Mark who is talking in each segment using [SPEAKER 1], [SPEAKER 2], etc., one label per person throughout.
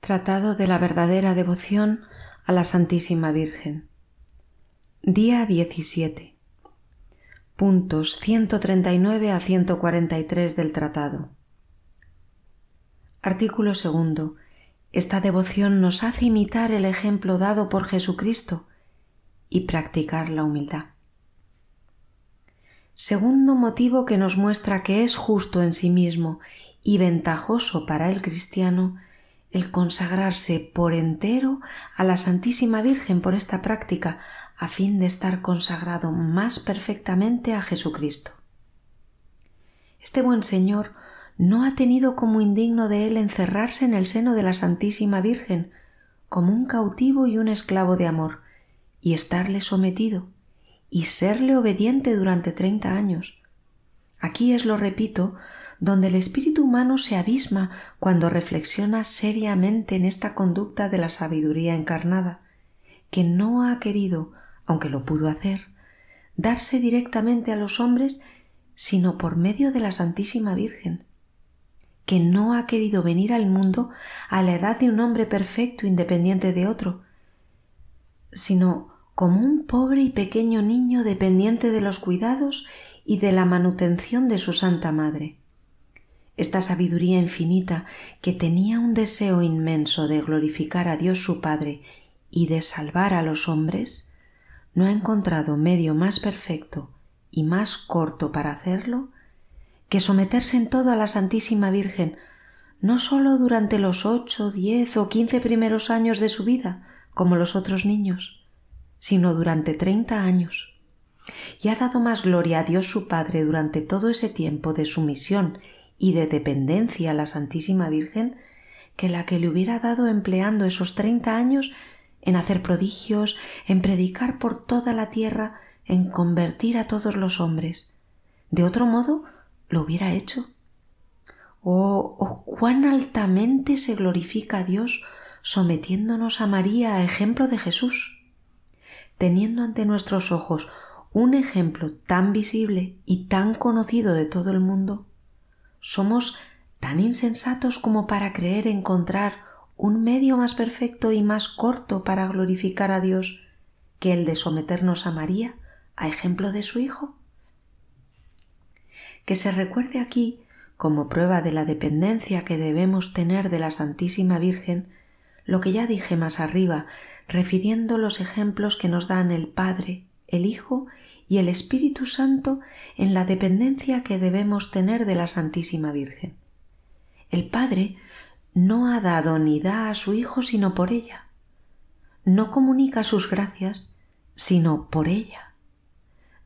[SPEAKER 1] Tratado de la verdadera devoción a la Santísima Virgen. Día 17. Puntos 139 a 143 del tratado. Artículo segundo. Esta devoción nos hace imitar el ejemplo dado por Jesucristo y practicar la humildad. Segundo motivo que nos muestra que es justo en sí mismo y ventajoso para el cristiano el consagrarse por entero a la Santísima Virgen por esta práctica, a fin de estar consagrado más perfectamente a Jesucristo. Este buen Señor no ha tenido como indigno de él encerrarse en el seno de la Santísima Virgen, como un cautivo y un esclavo de amor, y estarle sometido, y serle obediente durante treinta años. Aquí es, lo repito, donde el espíritu humano se abisma cuando reflexiona seriamente en esta conducta de la sabiduría encarnada, que no ha querido, aunque lo pudo hacer, darse directamente a los hombres, sino por medio de la Santísima Virgen, que no ha querido venir al mundo a la edad de un hombre perfecto independiente de otro, sino como un pobre y pequeño niño dependiente de los cuidados y de la manutención de su Santa Madre esta sabiduría infinita que tenía un deseo inmenso de glorificar a Dios su Padre y de salvar a los hombres, no ha encontrado medio más perfecto y más corto para hacerlo que someterse en todo a la Santísima Virgen, no sólo durante los ocho, diez o quince primeros años de su vida, como los otros niños, sino durante treinta años. Y ha dado más gloria a Dios su Padre durante todo ese tiempo de sumisión y de dependencia a la Santísima Virgen que la que le hubiera dado empleando esos treinta años en hacer prodigios, en predicar por toda la tierra, en convertir a todos los hombres. De otro modo, lo hubiera hecho. Oh, oh cuán altamente se glorifica a Dios sometiéndonos a María a ejemplo de Jesús, teniendo ante nuestros ojos un ejemplo tan visible y tan conocido de todo el mundo somos tan insensatos como para creer encontrar un medio más perfecto y más corto para glorificar a Dios que el de someternos a María, a ejemplo de su Hijo. Que se recuerde aquí, como prueba de la dependencia que debemos tener de la Santísima Virgen, lo que ya dije más arriba, refiriendo los ejemplos que nos dan el Padre, el Hijo y el Espíritu Santo en la dependencia que debemos tener de la Santísima Virgen. El Padre no ha dado ni da a su Hijo sino por ella. No comunica sus gracias sino por ella.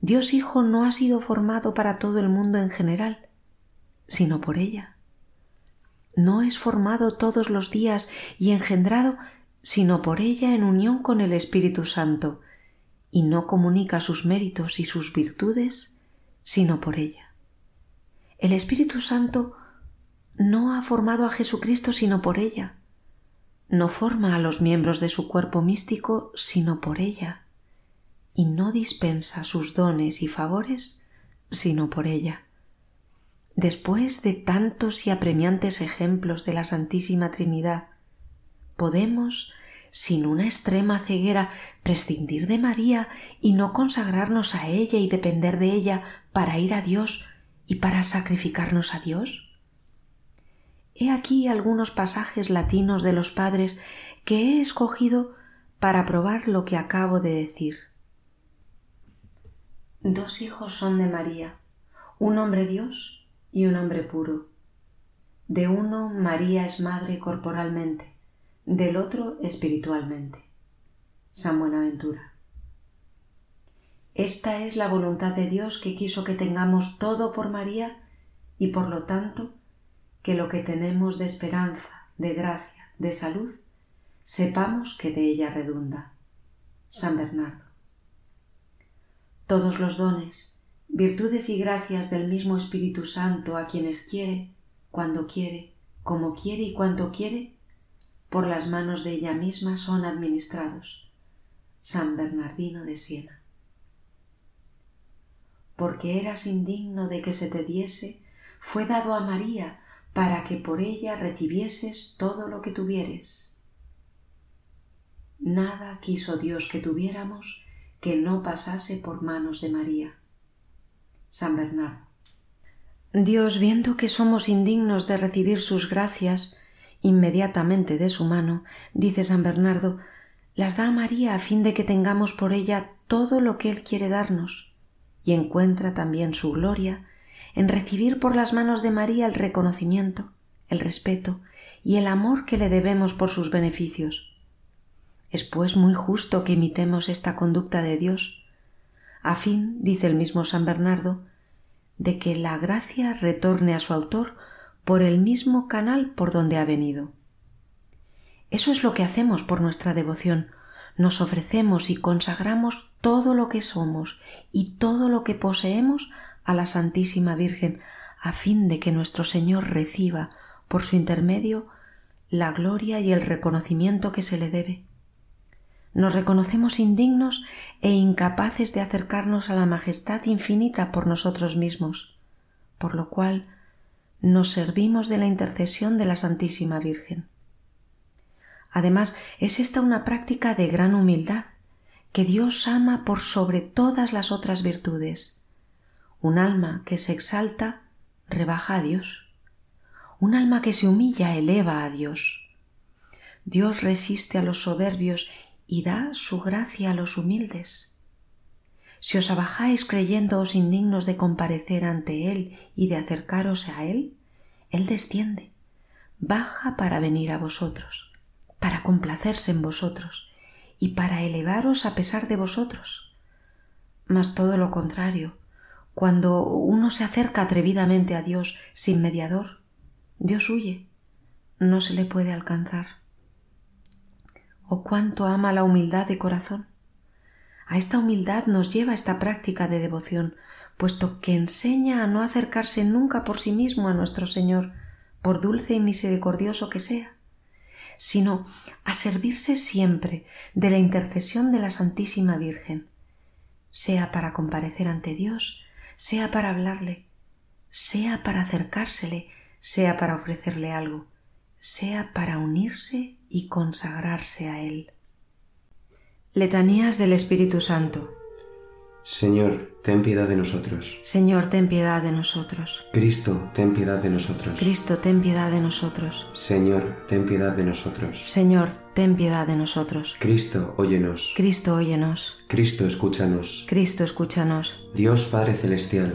[SPEAKER 1] Dios Hijo no ha sido formado para todo el mundo en general, sino por ella. No es formado todos los días y engendrado sino por ella en unión con el Espíritu Santo, y no comunica sus méritos y sus virtudes, sino por ella. El Espíritu Santo no ha formado a Jesucristo sino por ella. No forma a los miembros de su cuerpo místico sino por ella. Y no dispensa sus dones y favores sino por ella. Después de tantos y apremiantes ejemplos de la Santísima Trinidad, podemos sin una extrema ceguera, prescindir de María y no consagrarnos a ella y depender de ella para ir a Dios y para sacrificarnos a Dios? He aquí algunos pasajes latinos de los padres que he escogido para probar lo que acabo de decir. Dos hijos son de María, un hombre Dios y un hombre puro. De uno María es madre corporalmente, del otro espiritualmente. San Buenaventura. Esta es la voluntad de Dios que quiso que tengamos todo por María y por lo tanto que lo que tenemos de esperanza, de gracia, de salud, sepamos que de ella redunda. San Bernardo. Todos los dones, virtudes y gracias del mismo Espíritu Santo a quienes quiere, cuando quiere, como quiere y cuanto quiere, por las manos de ella misma son administrados. San Bernardino de Siena. Porque eras indigno de que se te diese, fue dado a María para que por ella recibieses todo lo que tuvieres. Nada quiso Dios que tuviéramos que no pasase por manos de María. San Bernardo. Dios, viendo que somos indignos de recibir sus gracias inmediatamente de su mano, dice San Bernardo, las da a María a fin de que tengamos por ella todo lo que Él quiere darnos, y encuentra también su gloria en recibir por las manos de María el reconocimiento, el respeto y el amor que le debemos por sus beneficios. Es pues muy justo que imitemos esta conducta de Dios, a fin, dice el mismo San Bernardo, de que la gracia retorne a su autor por el mismo canal por donde ha venido. Eso es lo que hacemos por nuestra devoción. Nos ofrecemos y consagramos todo lo que somos y todo lo que poseemos a la Santísima Virgen, a fin de que nuestro Señor reciba por su intermedio la gloria y el reconocimiento que se le debe. Nos reconocemos indignos e incapaces de acercarnos a la majestad infinita por nosotros mismos, por lo cual nos servimos de la intercesión de la Santísima Virgen. Además, es esta una práctica de gran humildad, que Dios ama por sobre todas las otras virtudes. Un alma que se exalta rebaja a Dios. Un alma que se humilla eleva a Dios. Dios resiste a los soberbios y da su gracia a los humildes. Si os abajáis creyéndoos indignos de comparecer ante Él y de acercaros a Él, Él desciende, baja para venir a vosotros, para complacerse en vosotros y para elevaros a pesar de vosotros. Mas todo lo contrario, cuando uno se acerca atrevidamente a Dios sin mediador, Dios huye, no se le puede alcanzar o cuánto ama la humildad de corazón. A esta humildad nos lleva esta práctica de devoción, puesto que enseña a no acercarse nunca por sí mismo a nuestro Señor, por dulce y misericordioso que sea, sino a servirse siempre de la intercesión de la Santísima Virgen, sea para comparecer ante Dios, sea para hablarle, sea para acercársele, sea para ofrecerle algo, sea para unirse y consagrarse a Él. Letanías del Espíritu Santo.
[SPEAKER 2] Señor, ten piedad de nosotros.
[SPEAKER 1] Señor, ten piedad de nosotros.
[SPEAKER 2] Cristo, ten piedad de nosotros.
[SPEAKER 1] Cristo, ten piedad de nosotros.
[SPEAKER 2] Señor, ten piedad de nosotros.
[SPEAKER 1] Señor, ten piedad de nosotros.
[SPEAKER 2] Cristo, óyenos.
[SPEAKER 1] Cristo, óyenos.
[SPEAKER 2] Cristo, escúchanos.
[SPEAKER 1] Cristo, escúchanos.
[SPEAKER 2] Dios Padre Celestial.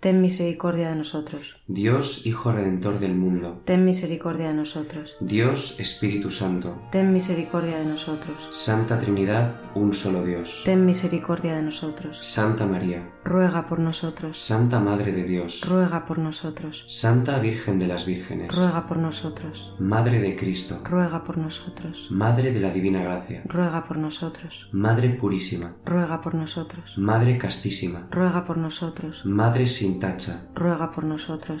[SPEAKER 1] Ten misericordia de nosotros.
[SPEAKER 2] Dios Hijo Redentor del mundo,
[SPEAKER 1] Ten misericordia de nosotros.
[SPEAKER 2] Dios Espíritu Santo,
[SPEAKER 1] Ten misericordia de nosotros.
[SPEAKER 2] Santa Trinidad, un solo Dios.
[SPEAKER 1] Ten misericordia de nosotros.
[SPEAKER 2] Santa María,
[SPEAKER 1] Ruega por nosotros.
[SPEAKER 2] Santa Madre de Dios,
[SPEAKER 1] Ruega por nosotros.
[SPEAKER 2] Santa Virgen de las Vírgenes,
[SPEAKER 1] Ruega por nosotros.
[SPEAKER 2] Madre de Cristo,
[SPEAKER 1] Ruega por nosotros.
[SPEAKER 2] Madre de la Divina Gracia,
[SPEAKER 1] Ruega por nosotros.
[SPEAKER 2] Madre Purísima,
[SPEAKER 1] Ruega por nosotros.
[SPEAKER 2] Madre Castísima,
[SPEAKER 1] Ruega por nosotros.
[SPEAKER 2] Madre sin tacha,
[SPEAKER 1] Ruega por nosotros.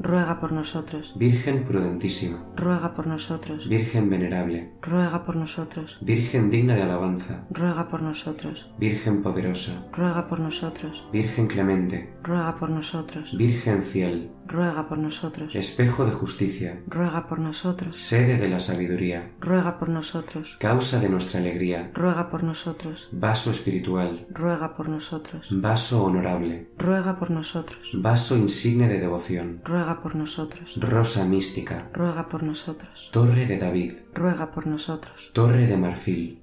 [SPEAKER 1] Ruega por nosotros.
[SPEAKER 2] Virgen prudentísima,
[SPEAKER 1] Ruega por nosotros.
[SPEAKER 2] Virgen venerable,
[SPEAKER 1] Ruega por nosotros.
[SPEAKER 2] Virgen digna de alabanza,
[SPEAKER 1] Ruega por nosotros.
[SPEAKER 2] Virgen poderosa,
[SPEAKER 1] Ruega por nosotros.
[SPEAKER 2] Virgen clemente,
[SPEAKER 1] Ruega por nosotros.
[SPEAKER 2] Virgen fiel,
[SPEAKER 1] Ruega por nosotros.
[SPEAKER 2] espejo de justicia,
[SPEAKER 1] Ruega por nosotros.
[SPEAKER 2] sede de la sabiduría,
[SPEAKER 1] Ruega por nosotros.
[SPEAKER 2] causa de nuestra alegría,
[SPEAKER 1] Ruega por nosotros.
[SPEAKER 2] vaso espiritual,
[SPEAKER 1] Ruega por nosotros.
[SPEAKER 2] vaso honorable,
[SPEAKER 1] Ruega por nosotros.
[SPEAKER 2] vaso insigne de devoción,
[SPEAKER 1] Ruega por nosotros.
[SPEAKER 2] rosa mística,
[SPEAKER 1] Ruega por nosotros.
[SPEAKER 2] torre de David,
[SPEAKER 1] Ruega por nosotros.
[SPEAKER 2] torre de marfil,